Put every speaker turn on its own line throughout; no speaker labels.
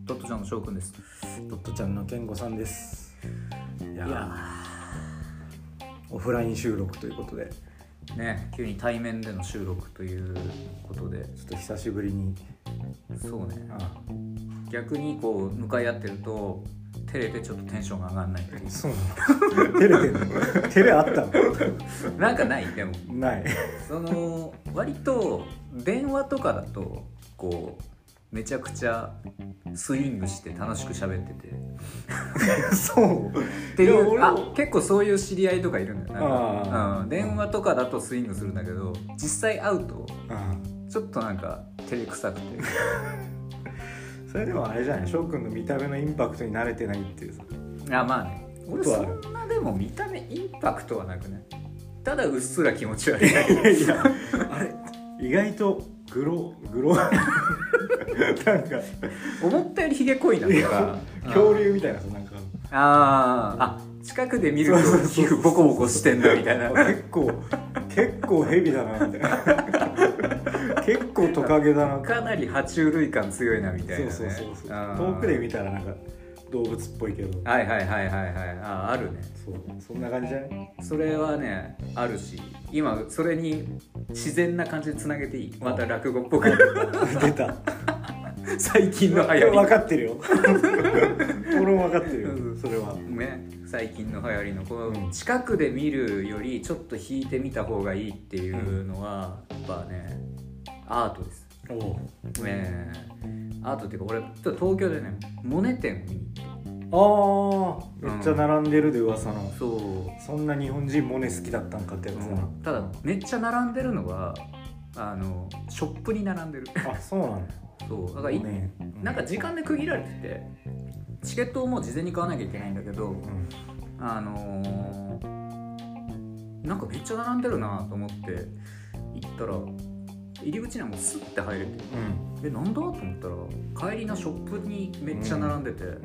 ですドットちゃんの健吾さんですいや
い
ー
や
オフライン収録ということで
ーね急に対面での収録ということで
ちょっと久しぶりに
そうね逆にこう向かい合ってると照れてちょっとテンションが上がらないという
そうなの照れてんの照れあったの
なんかないでも
ない
その割と電話とかだとこうめちゃくちゃスイングして楽しく喋っててっ
そう
てい
いや
う
俺
あ
も
結構そういう知り合いとかいるんだよなんか
あ、ー
うん、電話とかだとスイングするんだけど実際会うと
あ
ちょっとなんか照れくさくて
ーそれでもあれじゃない翔くんの見た目のインパクトに慣れてないっていうさ
あまあね俺
こと
そ
はある
んなでも見た目インパクトはなくねただうっすら気持ち悪い
いやいやあれ意外とグログ ロなんか
思ったよりひげ濃いなとか
恐
うん
竜みたいなさなんか
あああ近くで見ると
そうそう
皮
そう
膚ボコボコしてんだみたいな
あ結構結構ヘビだなみたいな結構トカゲだな
かなり爬虫類感強いなみたいな、ね、
そうそうそうそう
あー
遠くで見たらなんか動物っぽいけど
はいはいはいはいはいあーあるね
そうそんな 感じじゃない
それはねあるし今それに自然な感じでつなげていいまた落語っぽく
出た
最近の流
分
行
かってる よ俺も分かってるよ
うん
それは
りね最近の流行りのこ
う
の
ん
近くで見るよりちょっと引いてみた方がいいっていうのはやっぱねアートです
おお
ねアートっていうか俺ちょっと東京でねモネ展を見に行って
あーめっちゃ並んでるで噂の、
そう
そんな日本人モネ好きだったんかってやつだな、
ただめっちゃ並んでるのはあのショップに並んでる
あそうなの
そうだからい、
ね、
なんか時間で区切られててチケットをもう事前に買わなきゃいけないんだけど
うん
あのーなんかめっちゃ並んでるなと思って行ったら入り口にはもうスッて入れてえなんだと思ったら帰りのショップにめっちゃ並んでて、
うんうん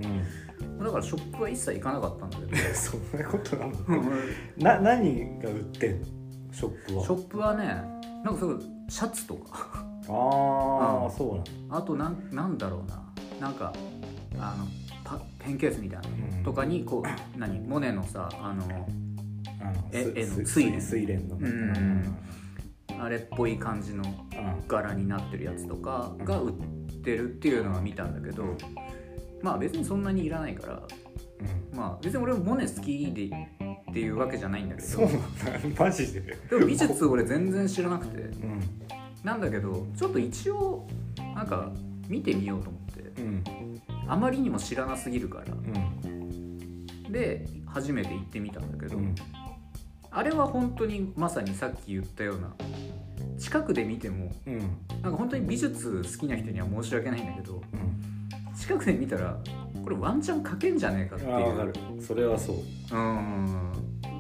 だからショップは一切行かなかったんだけど
そんなことなの
シ
な何が売ってんのショップは
ョップはねなんかそういうシャツとか
ああ、
うん
そうなの
あとなんなんだろうななんかあのパペンケースみたいなの、
うん
とかにこう何モネのさあの
あの
え
す
絵の
す
睡蓮
睡蓮のね
うんあれっぽい感じの柄になってるやつとかが売ってるっていうのは見たんだけどまあ別にそんなにいらないから
うんうん
まあ別に俺もモネ好きでっていうわけじゃないんだけ
そう
ど
なんだマジで
でも美術俺全然知らなくて
うん
なんだけどちょっと一応なんか見てみようと思って
うん
あまりにも知らなすぎるから
うん
で初めて行ってみたんだけ
う
ど、
ん
あれは本当にまさにさっき言ったような近くで見ても
うん
なんか本当に美術好きな人には申し訳ないんだけど
うん
近くで見たらこれワンチャン描けんじゃねえかって
あ
い
あわ
う
かるそれはそう
うん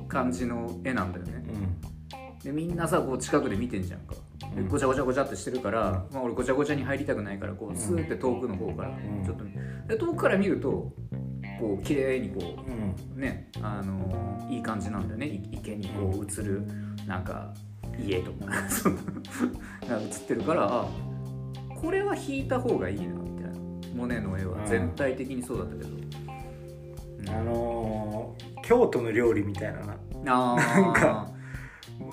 感じの絵なんだよね
うん
でみんなさこう近くで見てんじゃんかで
うん
ごちゃごちゃごちゃってしてるから、まあ、俺ごちゃごちゃに入りたくないからこ
う
うんスーって遠くの方から
うん
ちょっと見で遠くから見るとこう綺麗にこう
うん
ねあのーいい感じなんだよねい池にこう映るなんか家とか そんななんか映ってるからあこれは引いた方がいいなみたいなモネの絵は全体的にそうだったけど、うん
あのー京都の料理みたいなな
あ
なんか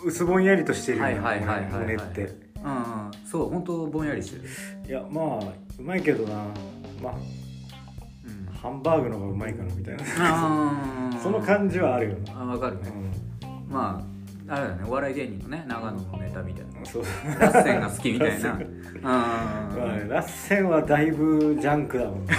薄ぼんやりとしてるよね
はいはいはいはいはい
胸って
ーうんうんそう本当ぼんやりしてる、
いやまあうまいけどな
う
ま
ん
あ、ハンバーグの方がうまいかなみたいな
あー
その感じはあるよな
あ分かるね、
う
まああれだねお笑い芸人のね長野のネタみたい
んそう
なラッセンが好きみ たいな
ラッセまあ
う
ねラッセンはだいぶジャンクだもんね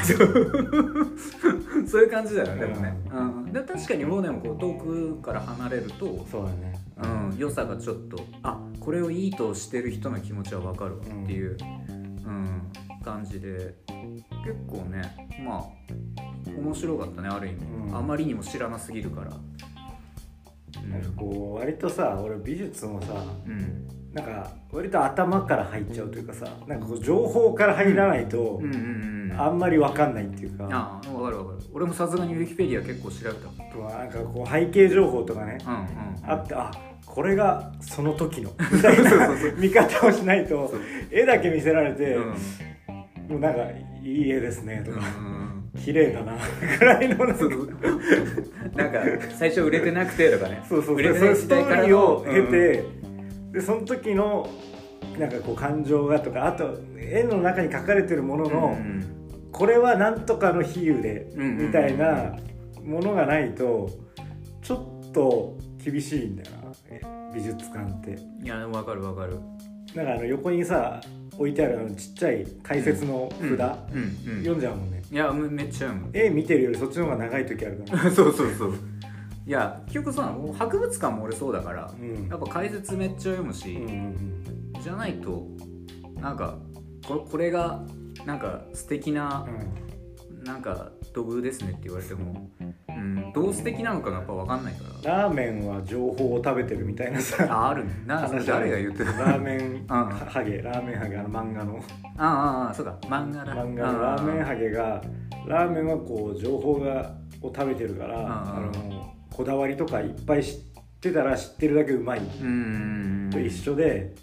ん そういう感じだよねでもね、うん、で確かにモネもこう遠くから離れると、
そうだね
うん、良さがちょっとあこれをいいとしてる人の気持ちは分かるわっていう、うん、感じで結構ねまあ面白かったねある意味、
うん
あまりにも知らなすぎるから
なんかこう割とさ俺美術もさ
うん、うん
なんか割と頭から入っちゃうというかさなんかこう情報から入らないと
うんうんうん
あ
あ
んまり分かんないっていうか
あ分かる分かる俺もさすがにウィキペディア結構調べたもん
あとはなんかこう背景情報とかね
うんうん
あってあこれがその 時のみたいな見方をしないと
そう
絵だけ見せられて
うん
もうなんかいい絵ですねと
うん
か
うん
綺麗だなぐらいのなんか
そうそうなんか最初売れてなくてとかね
そうそう
売
そ
れてない
うそうス
時
ト
代か
ー
ら
リー
の
を経て、でその時のなんかこう感情がとかあと絵の中に書かれてるもの
うん
の、
うん
これはなんとかの比喩で、
うんうん
みたいなものがないとちょっと厳しいんだよな美術館って。
いやわかるわかる
なんかあの横にさ置いてあるあのちっちゃい解説の
う
札、
んうん
読んじゃうもんね
いやめめっちゃ読む
絵見てるよりそっちの方が長い時あるか ら、
そうそうそういや結局さもう博物館も俺そうだから
うんうん
やっぱ解説めっちゃ読む
う
し、
んうん
じゃないとなんかこれこれがなんか素敵ななんか土偶ですねって言われても、うん、どう素敵なのかがやっぱ分かんないか
ラーメンは情報を食べてるみたいな さ
らああるねな
話あ
誰
る
が言ってる
ラーメン
あ
ハゲラーメンハゲあの漫画の
ああああそうか漫画だ
漫画のラーメンハゲがラーメンはこう情報がを食べてるから
あ
あのこだわりとかいっぱい知ってたら知ってるだけうまい
うんうん
と一緒で、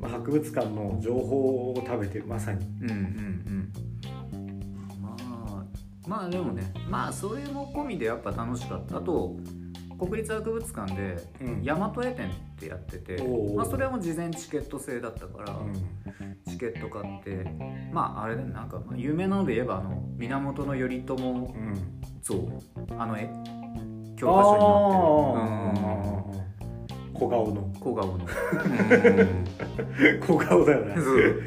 まあ、博物館の情報を食べてるまさに
うんうんうんまあまあでもねまあそれも込みでやっぱ楽しかったあと国立博物館で
うん
大和絵展ってやってて、
おうおう
まあ、それはもう事前チケット制だったから、
う
チケット買ってまああれだねなんかまあ有名なので言えばあの源頼朝
んうん
像あの絵
教科書に載ってる
教科書に載ってるうん
小顔の
小顔の
小顔だよね
そう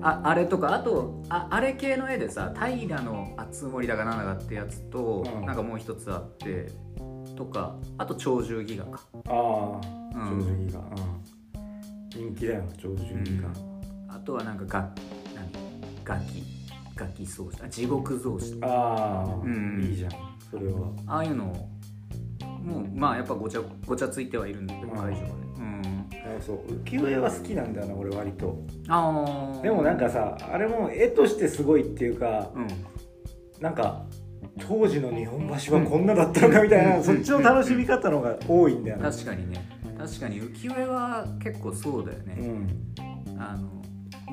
ああれとかあとああれ系の絵でさ平の熱盛だかなんだかってやつと、
うん
なんかもう一つあってとかあと鳥獣戯画か、
ああ
う
長
ん
寿ギガ人気だよな長寿ギガ
あとはなんか楽何楽器楽器奏者あ地獄奏者
あ
うん
あいいじゃんそれは
ああいうのもうまあやっぱごちゃごちゃついてはいるんだけど
うん
会場はね、うん、
あそう浮世絵は好きなんだよな俺割と
ああ
でもなん
か
かさあれも絵としてすごいっていうか
うん
なんか当時の日本橋はこんなだったのかみたい
うん
なそっちの楽しみ方の方が多いんだよな
確かにね確かに浮世絵は結構そうだよ
う
ね、
ん
あの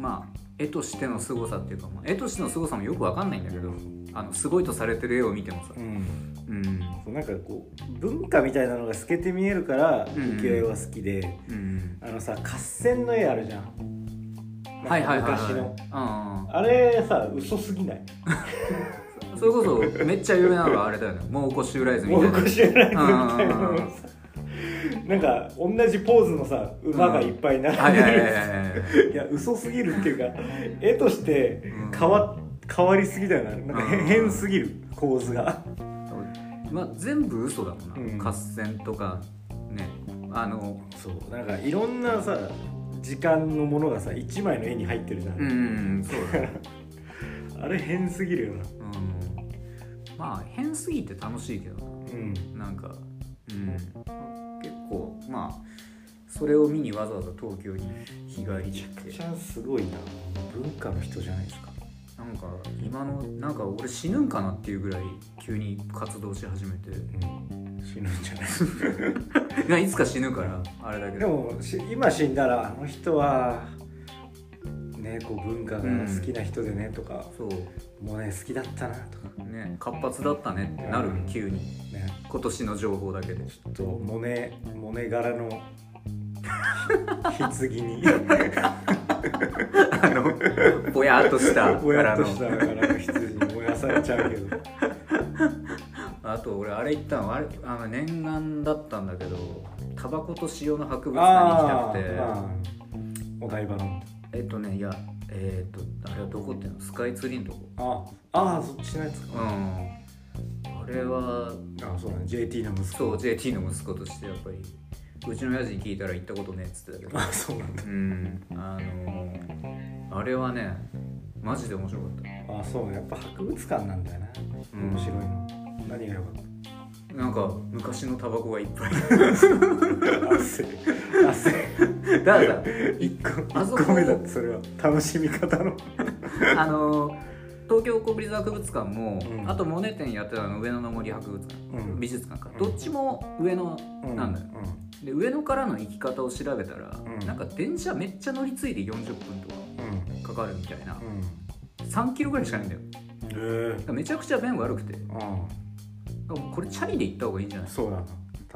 まあ絵としての凄さっていうか、まあ、絵としての凄さもよくわかんないんだけどあのすごいとされてる絵を見てもさ
うん
うん
そうなんかこう文化みたいなのが透けて見えるから
うん
浮世絵は好きで
うん
あのさ合戦の絵あるじゃん
はいはいはい、はい、
昔の
うん
あれさ嘘すぎない
うんそれこそめっちゃ有名なのがあれだよね猛虎襲来図み
も
た
う
いな
腰らいみたいな
う
の
ん
さなんか同じポーズのさ馬がいっぱい
は
並ん
い
で
はい
る
はいはいはい
いや嘘すぎるっていうか絵として変わ変わりすぎだよななんか
う
変
ん
変すぎる構図が
まあ、全部嘘だもんな、
うん
合戦とかねあの
そうなんかいろんなさ時間のものがさ一枚の絵に入ってるじゃん、
うんうんそうだ、ね、
あれ変すぎるよな
うんまあ変すぎて楽しいけど
うん
ななんかうん結構まあそれを見にわざわざ東京に日帰りに行って
めちゃすごいな文化の人じゃないですか
なんか今のなんか俺死ぬんかなっていうぐらい急に活動し始めて
うん死ぬんじゃない
いやいつか死ぬからあれだけ
で
ど
もし今死んだらあの人はねこう文化が好きな人でねとか、
そう
もうね好きだったなとか
ね活発だったねってなる
うん
急に
ね
今年の情報だけで
ちょっとモネモネ柄の棺に
あのぼやっとした
ぼやっと
柄
した
の
柄の棺に燃やされちゃうけど
あと俺あれ行ったのあれあの念願だったんだけどタバコと塩の博物
あ
館に行きたくて
ーお台場の
えっとねいやえっとあれはどこっていうのスカイツリーのとこ
ああーそっちのやつ
うん
か、
あれは
あそうだね JT の息子
そう JT の息子としてやっぱりうちの親父に聞いたら行ったことねえっつってたけど
あそうなんだ
うんあのあれはねマジで面白かった
あそうやっぱ博物館なんだよな、
うん
面白いの何がよかった
なんか昔のタバコがいっぱい
汗汗
だからさ
一個
あそこ
一個目だってそれは楽しみ方の
あのー東京国立博物館も、
うん
あとモネ展やってたの上野の森博物館、
うん
美術館か、
うん
どっちも上野なんだよ、
う
で上野からの行き方を調べたら、
うん
なんか電車めっちゃ乗り継いで40分と
んうん
かかかるみたいな
うん
3キロぐらいしかないんだよだか
え
らめちゃくちゃ便悪くてだか
あ
らこれチャリで行った方がいいんじゃない
あそうだな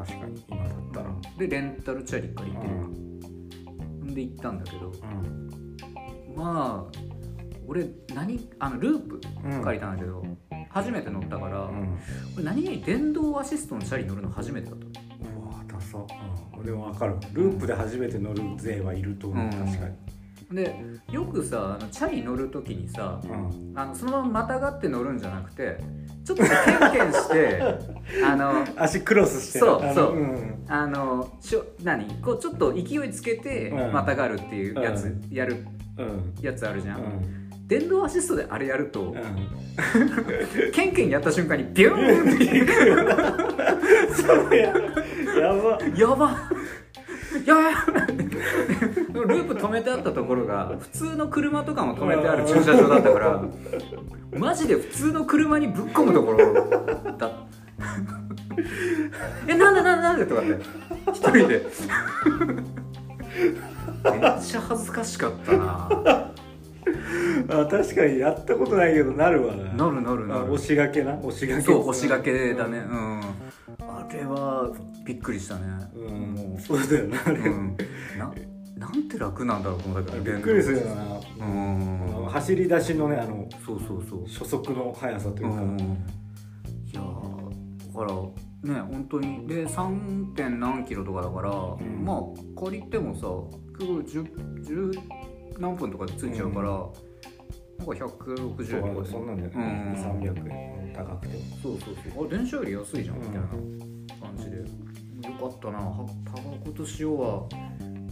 確かに今だったら
でレンタルチャリ借りて
うん
んで行ったんだけど
うん
まあ俺何あのループ
うん
借りたんだけど、初めて乗ったから、こ
うん
れ何気に電動アシストのチャリ乗るの初めてだと
うわダサ、うん、でも分かるループで初めて乗る勢はいると思う、
うん
確かに、
でよくさあのチャリ乗る時にさ
うん、
あのそのまままたがって乗るんじゃなくてちょっとケンケンして あの
足クロスして
そう
あの
そう
うん
あのしょ何こうちょっと勢いつけて
うん
またがるっていうやつ、
う
やる
うん
やつあるじゃ、
うんん
電動アシストであれやると、
うん
ケンケンやった瞬間にビューンっていう
そうややば
やばやばいループ止めてあったところが普通の車とかも止めてある駐車場だったからマジで普通の車にぶっ込むところだったえなんでなんでなんでとかって一人でめっちゃ恥ずかしかったな
あ確かにやったことないけどなるわな
なるなるな
あ
る
押しがけな押しがけ
そう星がけだねうんあれはびっくりしたね
うん、
もう
そうだよなあれ、
うんななんて楽なんだろうこのだから
びっくりするよな、
う
あの
ん
走り出しのねあの
そうそうそう
初速の速さといううか、
んいやーだからね本当にで 3. 点何キロとかだから、
ん
まあ借りてもさ結構 10, 10何分とかでついちゃうから、なんか
そう
160とかで
そんなんだよね、
うん
300円高くても
そうそうそうあ電車より安いじゃん
うん
みたいな感じでよかったなはタバコと塩は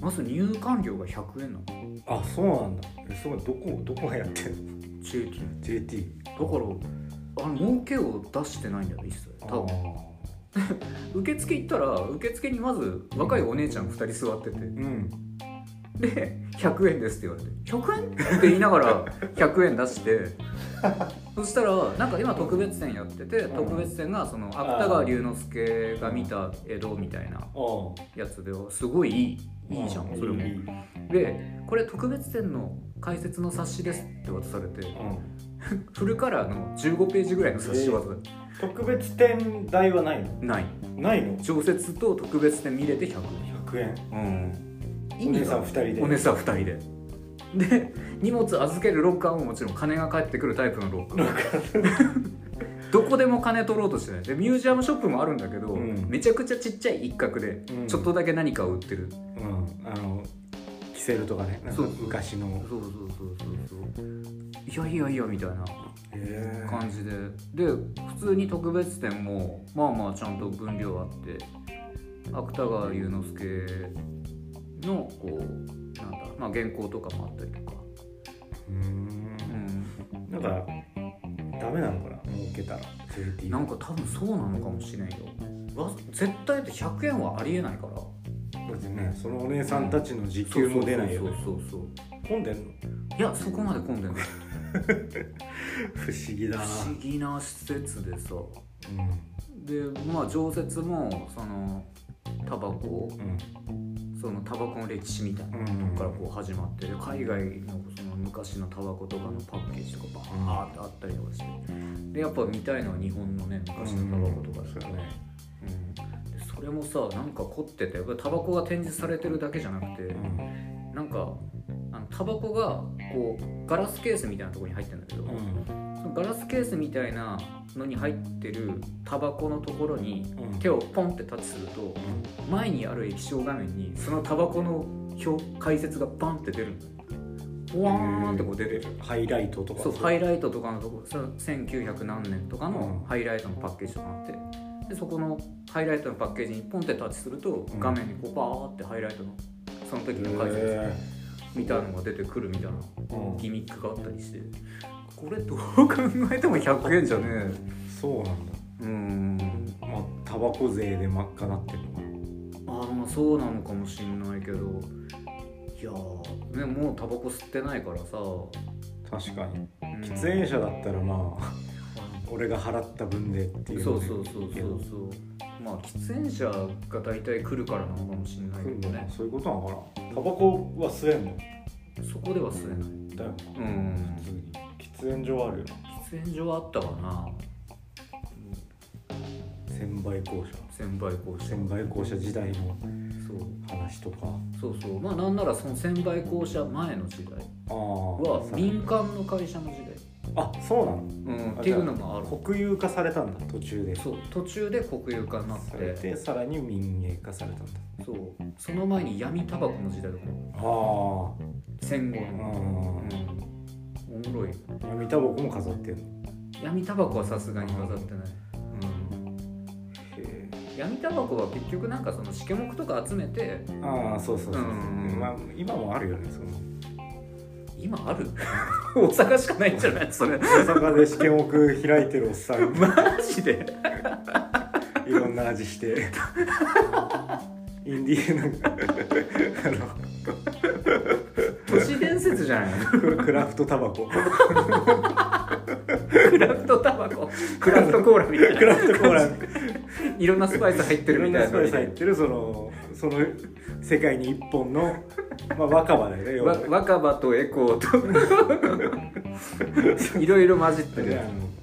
まず入館料が100円なの
あそうなんだえそうどこどこがやってるの
JT
JT
だからあの儲けを出してないんだよ一切多分受付行ったら受付にまず若いお姉ちゃん2人座ってて
うん
で「100円です」って言われて「100円?」って言いなが ら100円出してそしたらなんか今特別展やってて
うん
特別展がその芥川龍之介が見た江戸みたいな
ああ
やつですごいいいいいじゃんそれもでこれ特別展の解説の冊子ですって渡されて
うん、
フルカラーの15ページぐらいの冊子渡されて
特別展代はないの
ない
ないの
常設と特別で見れて100
100円
円、
お姉さん2人で
お姉さん2人でで荷物預けるロッカーももちろん金が返ってくるタイプのロッカーどこでも金取ろうとしてないでミュージアムショップもあるんだけど、
うん
めちゃくちゃちっちゃい一角で、
うん
ちょっとだけ何かを売ってる
うんあのキセルとかねなん
そ
か
う
昔の
そうそうそうそうそういやいやいやみたいな
へえ
感じでで普通に特別展もまあまあちゃんと分量あって芥川龍之介のこうなんだ、まあ、原稿とかもあったりとか、
うーん
う
なんかダメなのかな儲けたら JT
ん、なんか多分そうなのかもしれないよわ絶対だって100円はありえないから
だってねそのお姉さんたちの時給も出ないよ
そう
ね
そうそうそう
混んでんの
いやそこまで混んでない
不思議だな
不思議な施設でさ
う
でまあ常設もそのタバコ
んうん
そのタバコの歴史みたいな
うん
からこう始まってで海外のその昔のタバコとかのパッケージとかバーってあったりとかしてでやっぱ見たいのは日本のね昔のタバコとか
そう
だ
だ
よ
ね
うんでそれもさなんか凝っててやっぱりタバコが展示されてるだけじゃなくて
うん
なんかあのタバコがこうガラスケースみたいなところに入ってるんだけど、そのガラスケースみたいなのに入ってるタバコのところに
うんうん
手をポンってタッチすると前にある液晶画面にそのタバコの表解説がバンって出るのポワーンってこう出てる
ハイライトとか
そうハイライトとかのとこその1900何年とか
うん
のハイライトのパッケージとかあってでそこのハイライトのパッケージにポンってタッチすると
ん
画面にこうバーってハイライトのその時
へ
の解説
え
みたいなのが出てくるみたいな
うん
ギミックがあったりしてこれどう考えても100円じゃね
そうなんだ
えうん
まあタバコ税で真っ赤なってるのかな
ああまあそうなのかもしんないけどいやーねもうタバコ吸ってないからさ、
確かに
うん
喫煙者だったらまあ俺が払った分でっていう
そう
ね
そうそう
いい
そ
けど
うそうまあ喫煙者が大体来るからなのかもしんないけ
来る
ど
のかな
ね
そういうことなのかなタバコは吸えんの
そこでは吸えない
だよ
うん
普通に喫喫煙所はあるよ
喫煙所はあったかな
な専売校舎
先輩校舎
専売校舎時代の
そう
話とか
そうそうまあなんならその先輩校舎前の時代
あ
は
あ
民間の会社の時代
あそうなの
うん
あ
っていうのもある
国有化されたんだ途中で
そう途中で国有化になっ
され
て
てさらに民営化されたんだ
そうその前に闇タバコの時代とかも
ああ
戦後
う
の、う
ん
ん、おもろい
闇タバコも飾ってるの
闇タバコはさすがに飾ってない
へ
闇タバコは結局なんかその試験目とか集めて
えああそうそうそうそう
うん
まあ今もあるよねその
今ある 大阪しかないんじゃないそれ
大阪で試験屋開いてるおっさ ん
マジで
いろんな味してインディーナ
都市伝説じゃない
ククラフトタバコ
クラフトタバコクラフトコーラみたいな
クラフトコー ラ
いろんなスパイス入って
い
る
ろん
みた
ないスパイス入っ
な
てるそのその世界に一本の、まあ、若葉だよね要は
わ若葉とエコーと いろいろ混じってる
ね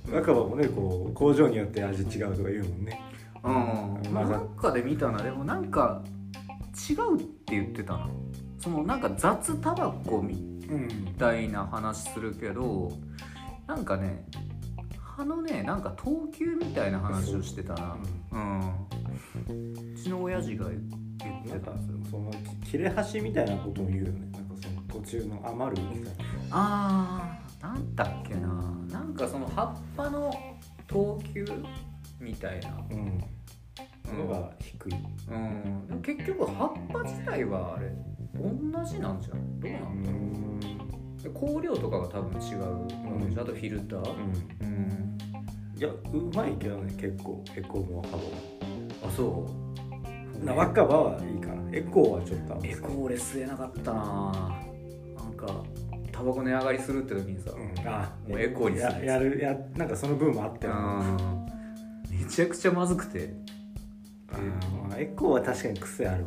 あの若葉もねこう工場によって味違うとか言うもんね
うんなんかで見たなでもなんか違うって言ってたなそのなんか雑タバコみ
うん
たいな話するけどなんかね葉のねなんか等級みたいな話をしてたなうんうちの親父が言ってた
なんか
んですよ
そのき切れ端みたいなことも言うよねなんかその途中の余るみたいな
あーなんだっけななんかその葉っぱの等級みたいな
うんのが低い
うんでも結局葉っぱ自体はあれ同じなんじゃんどうな
うん
だろ
ん
うで香料とかが多分違うわけでしょあとフィルター
うん
うん
いやうまいけどね結構エコーも若葉も
あそう
な若葉はいいかなエコーはちょっとあんま
エコー俺吸えなかったななんかタバコ値上がりするって時にさ、
うんあ
もうエコーにする
ややるやなんかその分もあったよね
うんめちゃくちゃまずくて
うんまあエコーは確かに癖ある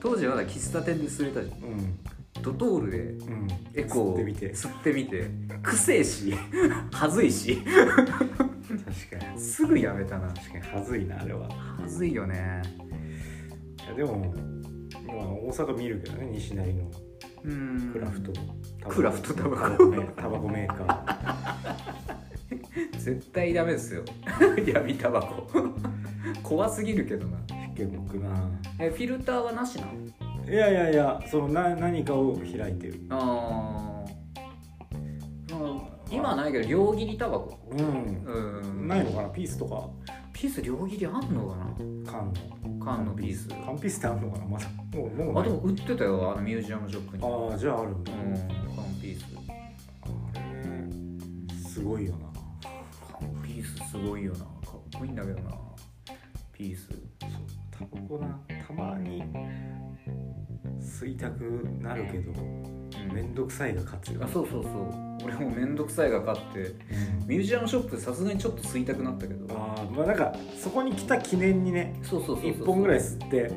当時まだ喫茶店で吸えたじゃ
うん
んドトールで
うん
エコー
吸ってみて
吸ってみてくせえし はずいし
確かに
すぐやめたな
確かにはずいなあれは
はずいよね
いやでも今大阪見るけどね西成の
うん
クラフトのタバコ
クラフトタバコ
メ ータバコメーカ
絶対ダメですよ 闇タバコ怖すぎるけどな
ー結構な
えフィルターはなしなの
いやいやいやそのな何かを開いてる
あーまあ今ないけど両切りタバコ
うん
うん
ないのかなピースとか
ピース両切りあんのかな
缶
缶のピース
の缶ピースってあんのかなまだもうもう
あ
な
で
い
も売ってたよあのミュージアムショップに
ああじゃああるん
う
だ、
ん缶ピース
あれすごいよな
缶ピースすごいよなかっこいいんだけどなピース
そうタバコなたまに吸いたくなるけどめんどくさいが勝つよ
あ そうそうそう俺もめんどくさいが買ってミュージアムショップさすがにちょっと吸いたくなったけど
ああまあなんかそこに来た記念にね
そうそうそうそう
1本ぐらい吸って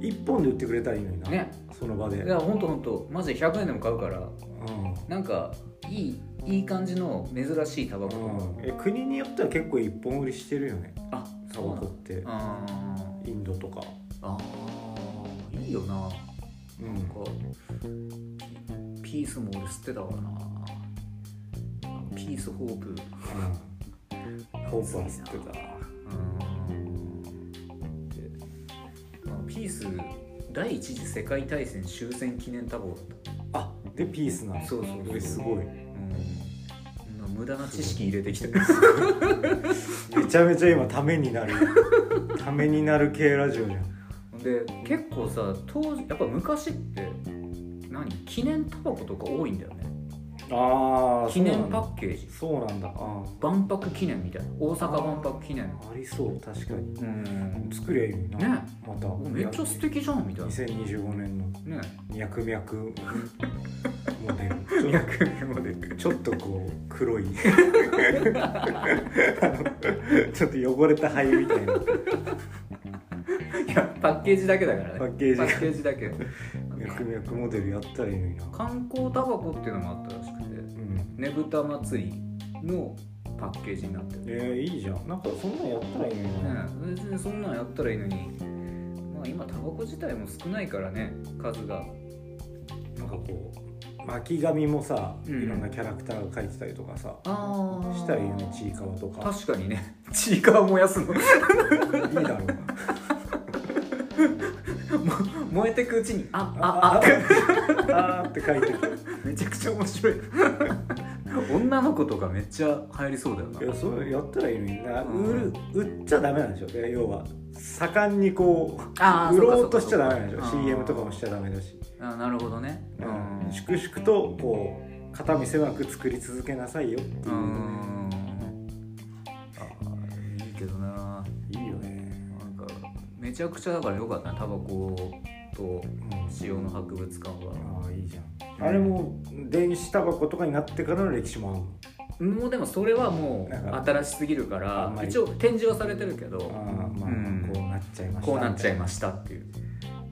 1本で売ってくれたらいいのにな、
ね
その場で
いやほんとほんとマジで100円でも買うから
う
なんかいいいい感じの珍しいタバコ
ん、うん、え国によっては結構1本売りしてるよね
あ
タバコって
あー
インドとか
あーいいよななんか
うん
ピースも俺吸ってたからなピースホープ
ホープは吸ってた
うんであのピース第一次世界大戦終戦記念タバコだった
あでピースなの
そうそうそう
えすごい
うんな無駄な知識入れてき て
めちゃめちゃ今ためにな るためになる系ラジオじゃん
で結構さ当時やっぱ昔って何記念タバコとか多いんだよね
ああ
記念パッケージ
そうなんだあ
万博記念みたいな大阪万博記念
ーありそう確かに
うん
作りゃいいのにな、
ね
また
めっちゃ素敵じゃんみたいな
2025年の
ね
脈々モデ ル
脈々モデル
ちょっとこう黒い あのちょっと汚れた灰みた いない
やパッケージだけだからね
パッケージ
パ
が
ッケージだけ
脈々モデルやったらいいのにな
観光タバコっていうのもあったらしくて
うん
ねぶた祭りのパッケージになってる、
えー、いいじゃんなんかそんなんやったらいいのにな、
ね、別にそんなんやったらいいのにまあ今タバコ自体も少ないからね数が
なんかこう巻き紙もさ、
うん
いろんなキャラクターが描いてたりとかさ
あー
したらいいよねちいかわとか
確かにね ちいかわ燃やすの
いいだろうな
燃えてくうちにあ
あ
あ
あーって書いてくる
あめちゃくちゃ面白い 女の子とかめっちゃ流行りそうだよない
やそれやったらいいのにな
うん
売る売っちゃダメなんでしょで要は盛んにこう
あー
売
そうか
ろうとしちゃダメなん
そ
でし
う
ょ
かそうか
CM とかもしちゃダメだし、
あーなるほどね
う、
うんん
粛々とこう肩身狭く作り続けなさいよっていうう、
んあーいいけどない
いよね、
なんかめちゃくちゃだから良かったなタバコと塩の博物館は
ああいいじゃん、あれも電子タバコとかになってからの歴史もあるの
もうでもそれはも
なんか
う新しすぎるか
あ
ら
んまり
一応展示はされてるけど
ああまあ、
うん
こうなっちゃいました
こうなっちゃいましたっていう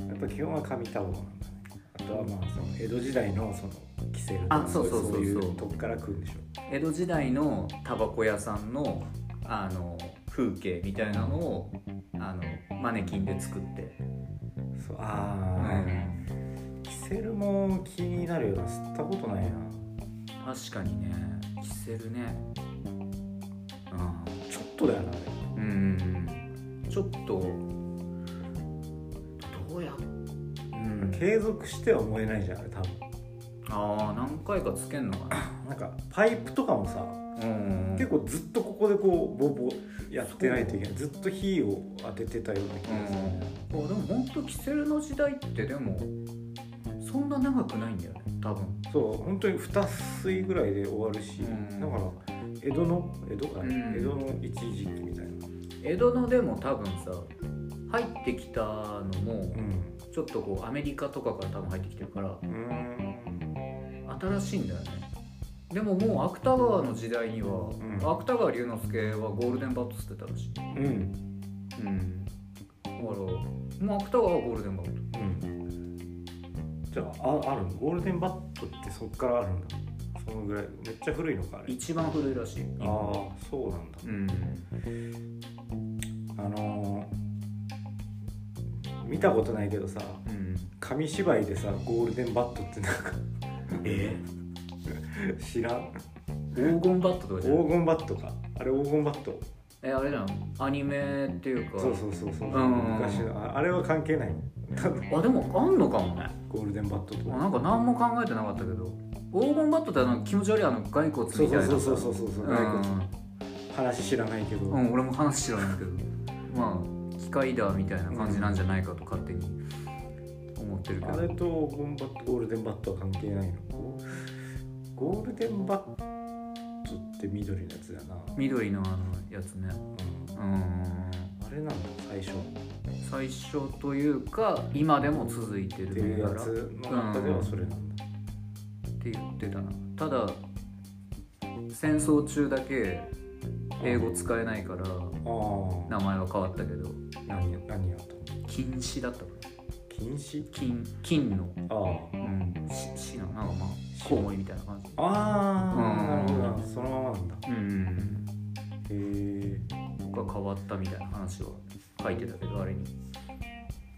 やっぱ基本は紙タオルなんだねあとはまあその江戸時代のそのキセルとか
あそうそうそうそう
いうとこから来るんでしょ
江戸時代のタバコ屋さんのあの風景みたいなのをあのマネキンで作って、
そうああ、キセルも気になるよ吸ったことないな
確かにねキセルね
ちょっとだよなあれ
うんうんちょっとどうやうん
継続しては思えないじゃんあれ多分
ああ何回かつけんのかな
なんかパイプとかもさ
うん
結構ずっとここでこうボーボーやってないといけないずっと火を当ててたような気がする、
うん、あでも本当キセルの時代ってでもそんな長くないんだよね多分
そう本当に2吸ぐらいで終わるし、
うん
だから江戸の江戸か、
うん
江戸の一時期みたいな
江戸のでも多分さ入ってきたのも
うん
ちょっとこうアメリカとかから多分入ってきてるから
うん
新しいんだよねでももう芥川の時代には、
ん
芥川龍之介はゴールデンバット捨てたらしい
うん
うんだからもう芥川はゴールデンバット
うんじゃあああるのゴールデンバットってそっからあるんだそのぐらいめっちゃ古いのかあれ
一番古いらしい
ああそうなんだ
うん
あのー見たことないけどさ
うん
紙芝居でさゴールデンバットってなんか
え
知らん
黄金バットとかじゃない
黄金バットかあれ黄金バット
えあれじゃんアニメっていうか
そうそうそうそう
うん
昔のああれは関係ない多分
あでもあんのかもね
ゴールデンバットと
あなんか何も考えてなかったけど黄金バットってあの気持ち悪いあの骸骨みた
そ
いう
そ
な
うそうそうそうそうそううん骸骨話知らないけど、
うん、俺も話知らないけどまあ機械だみたいな感じなんじゃないかと勝手に思ってるけ
あ
ど
れと黄金バットゴールデンバットは関係ないのゴールデンバットって緑のやつだな、うん
緑のあのやつねうん
あれなんだ最初
最初というか今でも続いて
ってい
る
うや
からっ
つの中ではそれなんだ、
て言ってたなただ戦争中だけ英語使えないから
ああ
名前は変わったけど
何何やったの
禁止だったかな
禁止
金金の、
あ
う
あ
ん、し死のなんかまあコウモリみたいな感じ
ああな
うん
るほどそのままなんだ
うん
へえ
が変わったみたいな話を書いてたけどあれに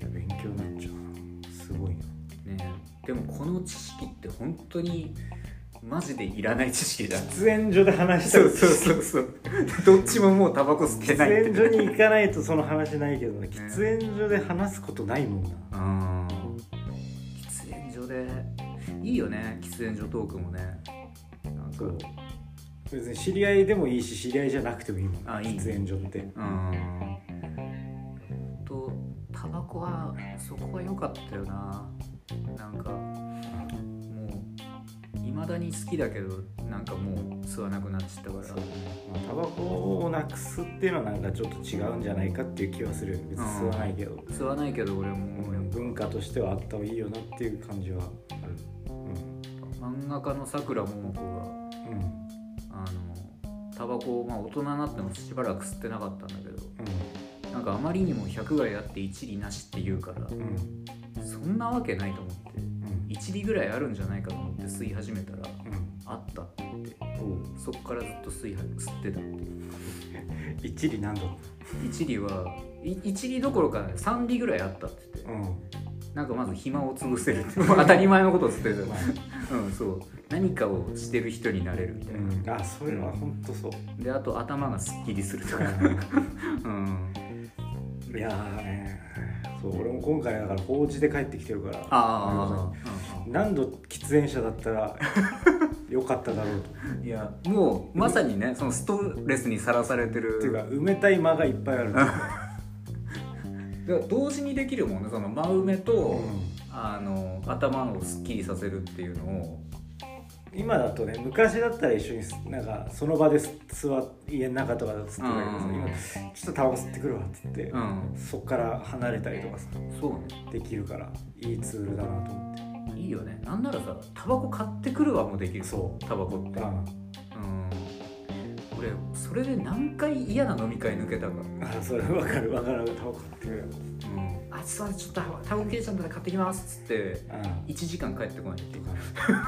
勉強になっちゃうなすごいな
ねでもこの知識って本当にマジでいらない知識だ
喫煙所で話した
そ
ら
うそうそうそう どっちももうタバコ吸ってな
喫
いって
煙所に行かないとその話ないけどね
ね
喫煙所で話すことないもん
う
な
ん喫煙所でいいよね喫煙所トークもねなんか
そう別に知り合いでもいいし知り合いじゃなくてもいいもん
あいいね
喫煙所って
うんとタバコはそこは良かったよななんかもういまだに好きだけどなんかもう吸わなくなっちゃったから
まあタバコをなくすっていうのはなんかちょっと違うんじゃないかっていう気はするよ別に吸わないけど
吸わないけど俺もやっ
文化としてはあった方がいいよなっていう感じはある
ぱ漫画家のさくらももこが
うんうん
あのタバコを、まあ、大人になってもしばらく吸ってなかったんだけどなんかあまりにも100害あって一理なしって言うから
うんうん
そんなわけないと思って
うん
一理ぐらいあるんじゃないかと思って吸い始めたら
うん
あったって言ってそこからずっと水白吸ってた
一理何度
一里はい一里どころか3里ぐらいあったって言って
うん
なんかまず暇を潰せるって当たり前のことを吸ってる
まあ
うんそう何かをしてる人になれるみたいな、
うんあそれは本当そう
であと頭がすっきりするとかうん
いやーねそう俺も今回だから法事で帰ってきてるから
ああ
何度喫煙者だったらよかっただろうと
いやもうまさにねそのストレスにさらされてる
っていうか埋めたい間がいっぱいある
だから同時にできるもんねその真埋めと、
うん
あの頭をすっきりさせるっていうのを
今だとね昔だったら一緒にすなんかその場です座っ家の中とかだと吸ってたけどさ
うん
今ちょっとタバコ吸ってくるわっつって、
うん
そっから離れたりとかさ
そうね
できるからいいツールだなと思って
いいよねなんならさタバコ買ってくるわもできる
そう
タバコって
あ
うん俺それで何回嫌な飲み会抜けたか
あそれ分かる分かるタバコ買ってくるよ
うん、あすいませんちょっとタバコケーションだから買ってきますっつって
あ
1時間帰ってこないっていう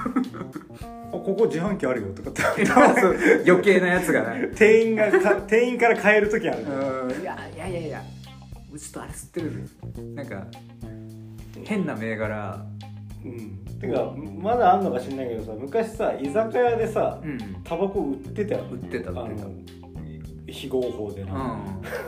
あここ自販機あるよとかっ て
そう余計なやつがない
店員が か店員から帰る時ある
うんいやいやいやいやうちょっとあれ吸ってるなんか変な銘柄
うんてかまだあんのか知んないけどさ昔さ居酒屋でさ
うん
タバコ売ってたよ
売ってた
あ
売ってた
の非合法でな、
うん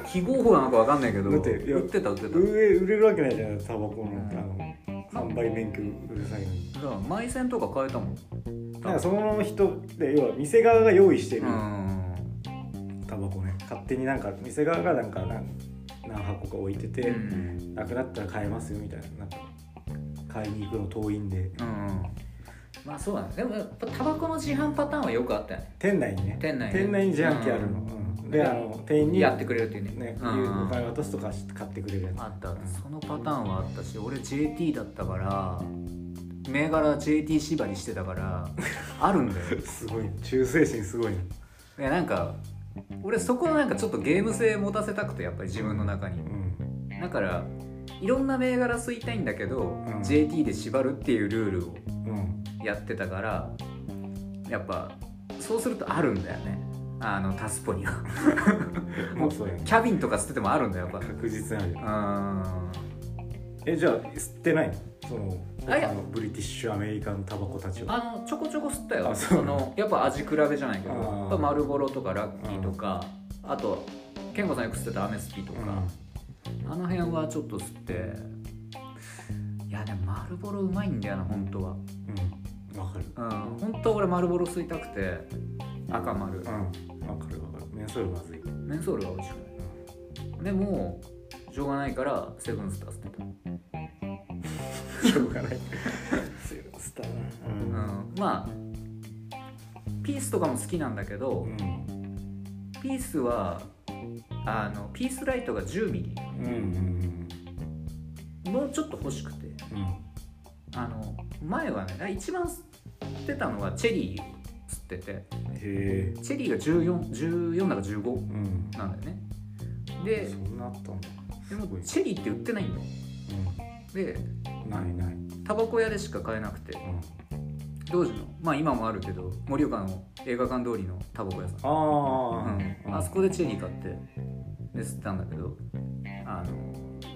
非合法なのかわかんないけど
だっていや
売ってた売ってた
上売れるわけないじゃないタバコの,、
ん
あの販売免許うるさいのに
だから埋線とか変えたもん
だからその人で要は店側が用意して
う
る
ん
タバコね勝手になんか店側がなんか何何箱か置いてて、
うん
なくなったら買えますよみたいななんか買いに行くの遠いんで
うんまあそうだねでもやっぱタバコの自販パターンはよくあったよね
店内にね
店内に
店内に自販機あるの、うんであの店員に
やってくれるっていうね
ね、
うん
お金渡すとかして買ってくれるやつ
あったそのパターンはあったし俺 JT だったから銘柄 JT 縛りしてたからあるんだよ
すごい忠誠心すごいない
やなんか俺そこはなんかちょっとゲーム性持たせたくてやっぱり自分の中に
うん
だからいろんな銘柄吸いたいんだけど、
ん
JT で縛るっていうルールを
うん
やってたからやっぱそうするとあるんだよねあのタスポには
まあそうやね
キャビンとか吸っててもあるんだよ やっ
確実なるよ
ぱうん
えじゃあ吸ってないのその
あいや
他のブリティッシュアメリカのタバコたちは
あのちょこちょこ吸ったよ
あ
そ
そう
のやっぱ味比べじゃないけど
あー
やっぱ丸ボロとかラッキーとかあと健吾さんよく吸ってたアメスピとか、あの辺はちょっと吸っていやでも丸ボロうまいんだよな本当は
うんわかる
うん本当は俺丸ボロ吸いたくて赤丸
うんわかるわかるメンソールまずい
メンソールが美味しくないでもしょうがないからセブンスター吸ってた、
しょうがないスター
うん、まあピースとかも好きなんだけど、
うん
ピースはあのピースライトが1 0ミリ
うんうん
もうちょっと欲しくて
うん
あの前はねあ一番吸ってたのはチェリーを吸ってて
うんへえ
チェリーが1414 14だから15
うん
なんだよねで
そんなあったんだ
ですも
ごい
チェリーって売ってないんだよで
うんないない
タバコ屋でしか買えなくて
うん
当時のまあ今もあるけど盛岡の映画館通りのタバコ屋さん
あ
うん、
あ
あそこでチェリー買ってで吸ったんだけどあ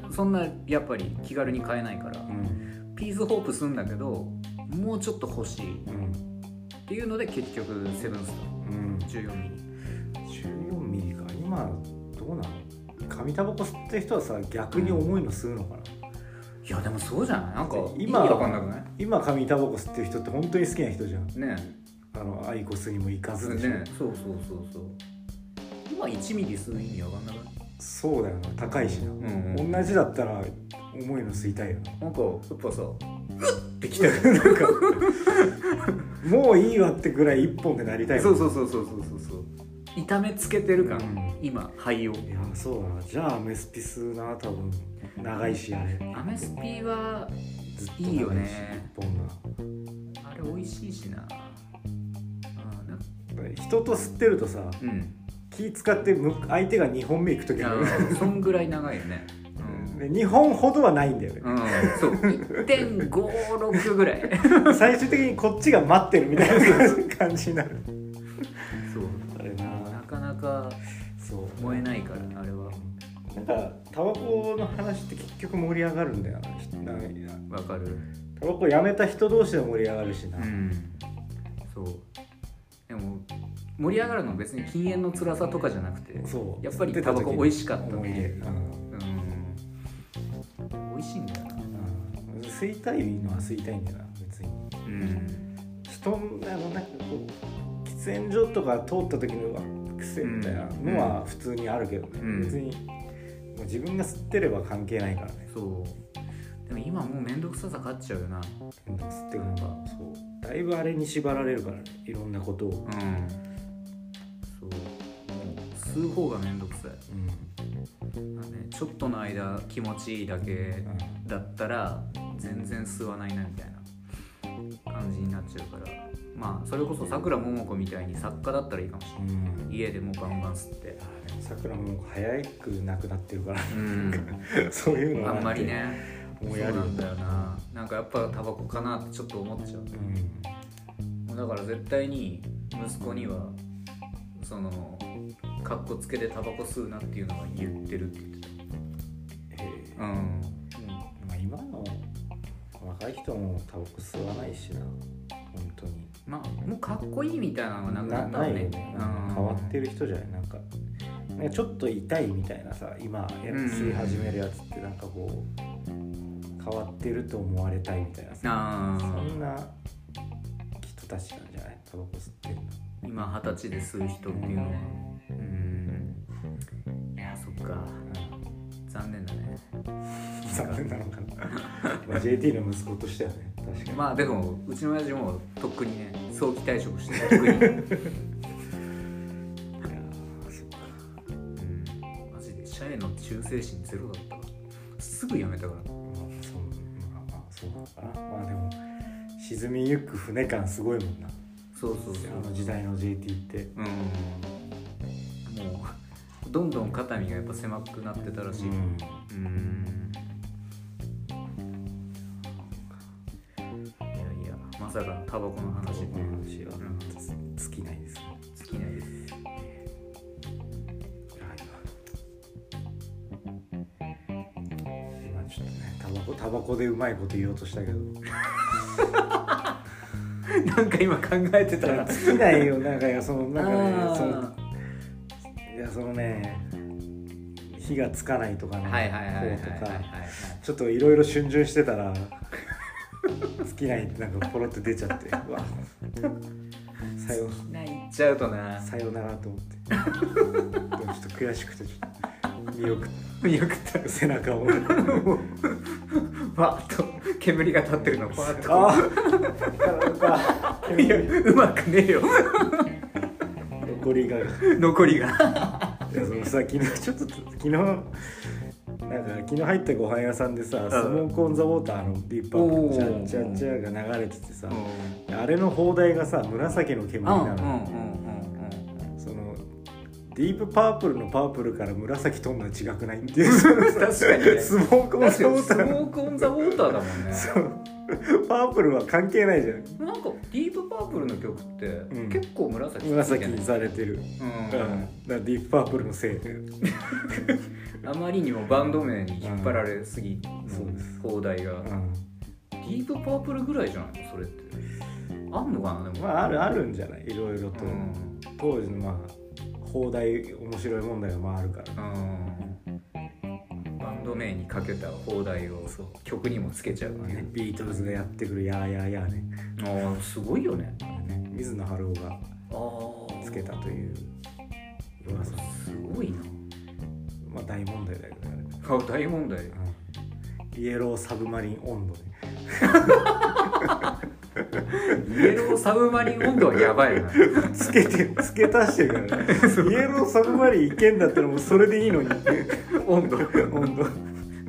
のそんなやっぱり気軽に買えないから
うん
ピースホープするんだけどもうちょっと欲しいっ
うん
ていうので結局セブンス
うん
ター14ミリ
14ミリか今どうなの紙タバコ吸ってる人はさ逆に重いの吸うのかな、
いやでもそうじゃないなんか
今
意味わかんなくない
今紙タバコ吸ってる人って本当に好きな人じゃん
ね
あのアイコスにも行か
え
ずでしょ、
ねえそうそうそうそう今1ミリ吸う意味わかんなくない
そうだよな高いしな、
んうん
同じだったら重いの吸いたいよな
なんかやっぱさうってきたよねなんか
もういいわってぐらい一本でなりたいも
そ
ん
うそうそうそうそうそうそう痛めつけてる感、
うん
今肺を
いやそうだなじゃあアメスピスな多分長いしあれ
アメスピは
ずっと
いいよ
長いし
ね
一本が
あれ美味しいしなうんなんか
人と吸ってるとさ
うん
気使ってむ相手が2本目行く時ある
うんそんぐらい長いよねうん
で2本ほどはないんだよね、
うん、そう1.56ぐらい
最終的にこっちが待ってるみたいな感じになる
か
そう
燃えないからあれは
なんかタバコの話って結局盛り上がるんだよなひなな
わかる
タバコやめた人同士で盛り上がるしな、
うんそうでも盛り上がるのは別に禁煙の辛さとかじゃなくて
そう
やっぱりタバコ美味しかった
思い出、うん
うん美味しいんだよな
うん、吸いたいのは吸いたいんだよな別に
うん
人のあのなんかこう喫煙所とか通った時のうわ癖みたいなのは普通にあるけどね、
うん
別にもう自分が吸ってれば関係ないからね
そうでも今もう面倒くささ勝っちゃうよな
吸ってくのがそうだいぶあれに縛られるからねいろんなことを、
うんそうもう吸う方が面倒くさい
うん
だからねちょっとの間気持ちいいだけだったら全然吸わないなみたいな感じになっちゃうからまあそれこそさくらももこみたいに作家だったらいいかもしれ
うんうん
ない家でもうバンバン吸って
さくらも早くなくなってるから
うん
そういうの
あ
は
んまりね
思
そう
いやる
なんだよななんかやっぱタバコかなってちょっと思っちゃう
うん
もうだから絶対に息子にはそのかっこつけてタバコ吸うなっていうのは言ってるって言って
えー
たうん
まあ、今の若い人もタバコ吸わないしな本当に
まあもうかっこいいみたいなのはなくな
な
ったわ
ないよ
ね
ね変わってる人じゃないなんかなんかちょっと痛いみたいなさ今や
うんうん
吸い始めるやつってなんかこう変わってると思われたいみたいなさ
あ
そ
ー
んな人たちなんじゃないタバコ吸ってるの
今二十歳で吸う人っていうのはうんいやそっか残念だね
残念なのかな、 まあ、JT の息子としてはね確かに、
まあでもうちの親父もとっくにね早期退職して とっくに、
いやーそうか
うん、マジで社への忠誠心ゼロだったわすぐ辞めたから
まあそうまあまあそうなのかなまあでも沈みゆく船感すごいもんな
そうそうそう
あの時代の JT って
うんもうどんどん肩身がやっぱ狭くなってたらしいうんいやいやまさかのタバコの話
この話は
うん
尽きないですね
尽きないです
今ちょっとねタバコタバコでうまいこと言おうとした けど
なんか今考えてた ら
尽きないよなんかいやそのなんか
あ
ね
ー
そのいやそのね火がつかないとかね、
はいはいはいはいはい
こうと
は
か
いはい
ちょっといろいろ逡巡してたら 尽きないってなんかポロって出ちゃってうわさよ
ないっちゃうとな
さよならと思ってでもちょっと悔しくてちょっと見送っ
見送った
た背 中を
わっと煙が立ってるのパーッと
ああ
いやうまくねえよ
残りがい
残りが
やそのさ昨日ちょっと昨日なんか昨日入ったご飯屋さんでさ「スモーク・オン・ザ・ウォーター」のディープアップ「チャッチャッチャ」が流れててさあれの放題がさ紫の煙
うんうん
な
うん
のそのディープパープルのパープルから紫飛んだら違くないっていうその
うんうん 確かにね
スモーク・オン・
確
ザ・
か
ウォ
に
ー
ス
ターの
モーク・オン・ザ・ウォーターだもんね
そうパープルは関係ないじゃん
なんかディープパープルの曲って、
ん
結構紫つい
紫
てない
にされてる、うん、だからディープパープルのせいで
うん、あまりにもバンド名に引っ張られすぎ
そうです
放題が、デ
う
ィープパープルぐらいじゃないのそれってあんのかなで
ん、
も、
まああるあるんじゃないいろいろと、
うん
当時のまあ放題面白い問題がまああるから
うんバンド名にかけた放題を曲にもつけちゃうわね
ビートルズがやってくる「やーやーやーね
ああすごいよね」
水野晴郎が
ああ
つけたという噂
すごいな
まあ大問題だけどね、
あ大問題
うん、イエローサブマリン温度ね
イエローサブマリン温度はやばいよな
つけて付け足してるから ねイエローサブマリンいけんだったらもうそれでいいのに
温度
温度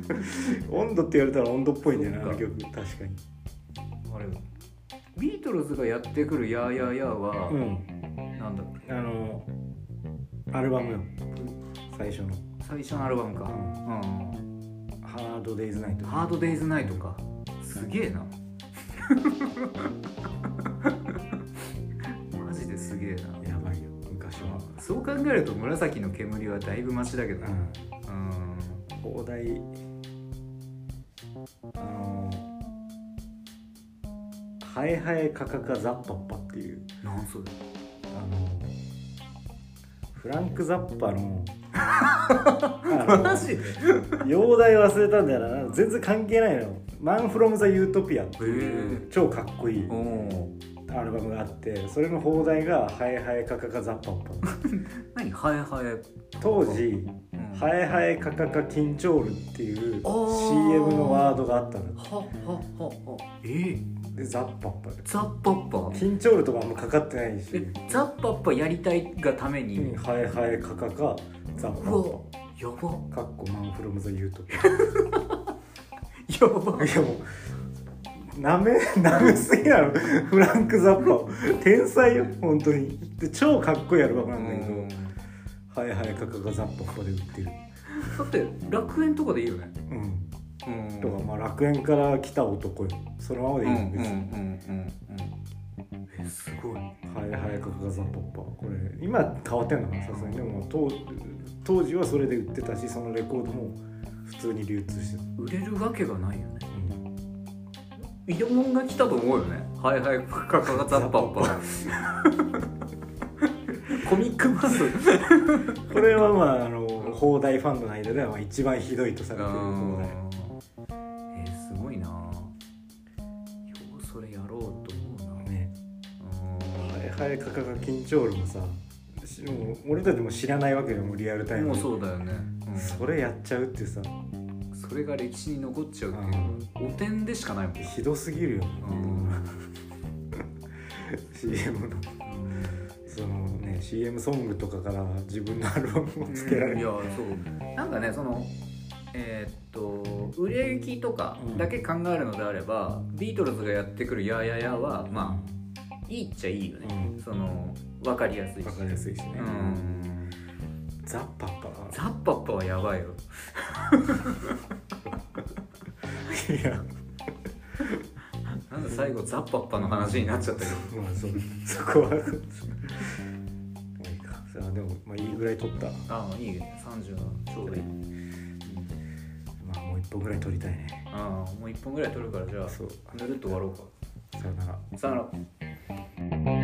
温度って言われたら温度っぽいんだよな
そっ
あの
か
曲確かに
あれビートルズがやってくる「やーやーやーは」
うん
なんだっけ
あのアルバムよ最初の
最初のアルバムか、
う
うん
「ハードデイズナイト」
ハードデイズナイトかすげえな マジですげえな
やばいよ昔は
そう考えると紫の煙はだいぶマシだけどなうん
放題あの「ハエハエカカカザッパッパ」っていう
なんそれ
あのフランク・ザッパのあ
マジへ
の 容題忘れたんだよな全然関係ないの「マン・フロム・ザ・ユートピア」っていう
え
超かっこいい
おお
アルバムがあってそれの放題が「ハエハエカカカザッパッパ」
何ハエハエ
当時「ハエハエカカカキンチョール」っていう CM のワードがあったの
ははははえ
でザッパッパで
ザッパッパ
緊張るとかあんまかかってないし、
えザッパッパやりたいがために、
うん、ハエハエカカカザッパ
うわ
ッ
やば
パかっこマンフロムザユートピ
やば
アいやもうなめ なめすぎなのフランク・ザッパを天才よ本当にで超かっこいいアルバムなんだけど、 ハエハエカカカザッパッパで売ってる
だって楽園とかでいいよね
うん
うん
とかまあ楽園から来た男よそのままで
う
いい
んうん
の
うんう
別に、
んうんえすごい
ハエハエカカカザッパッパこれ今変わってんのかなさすがにでもまあ当当時はそれで売ってたしそのレコードも普通に流通してた、
売れるわけがないよねイドモンが来たと思うよねはいはいパカカカザッパッパコミックバス
これはまああの放題ファンの間ではまあ一番ひどいとされてる放題
えーすごいなようそれやろうと思うな
ね
うん
ハエハエカカカ緊張ルもさしもう俺たちも知らないわけよもうリアルタイム
もう
で
そうだよね、うん
それやっちゃうってさ
それが歴史に残っちゃうっていうお点でしかないもん、
ひどすぎるよ
うん
CM のそのね CM ソングとかから自分のアルバムをつけられ
い
る
やそうなんかねそのえーっと売れ行きとかだけ考えるのであれば、ビートルズがやってくる「やーやーやーは」まあいいっちゃいいよね、
うん
その分かりやすいし
わかりやすいしね、
うん
ザッパッパか
ザッパッパはやばいよ
ないや
なんで最後ザッパッパの話になっちゃったけど
まあそそこは まあいいかさあでもまあいいぐらい撮った
ああいいね30はちょうどいい、
まあもう一本ぐらい撮りたいね
ああもう1本ぐらい取るからじゃあ
そう
ぬるっと終わろうか
さよなら
さよなら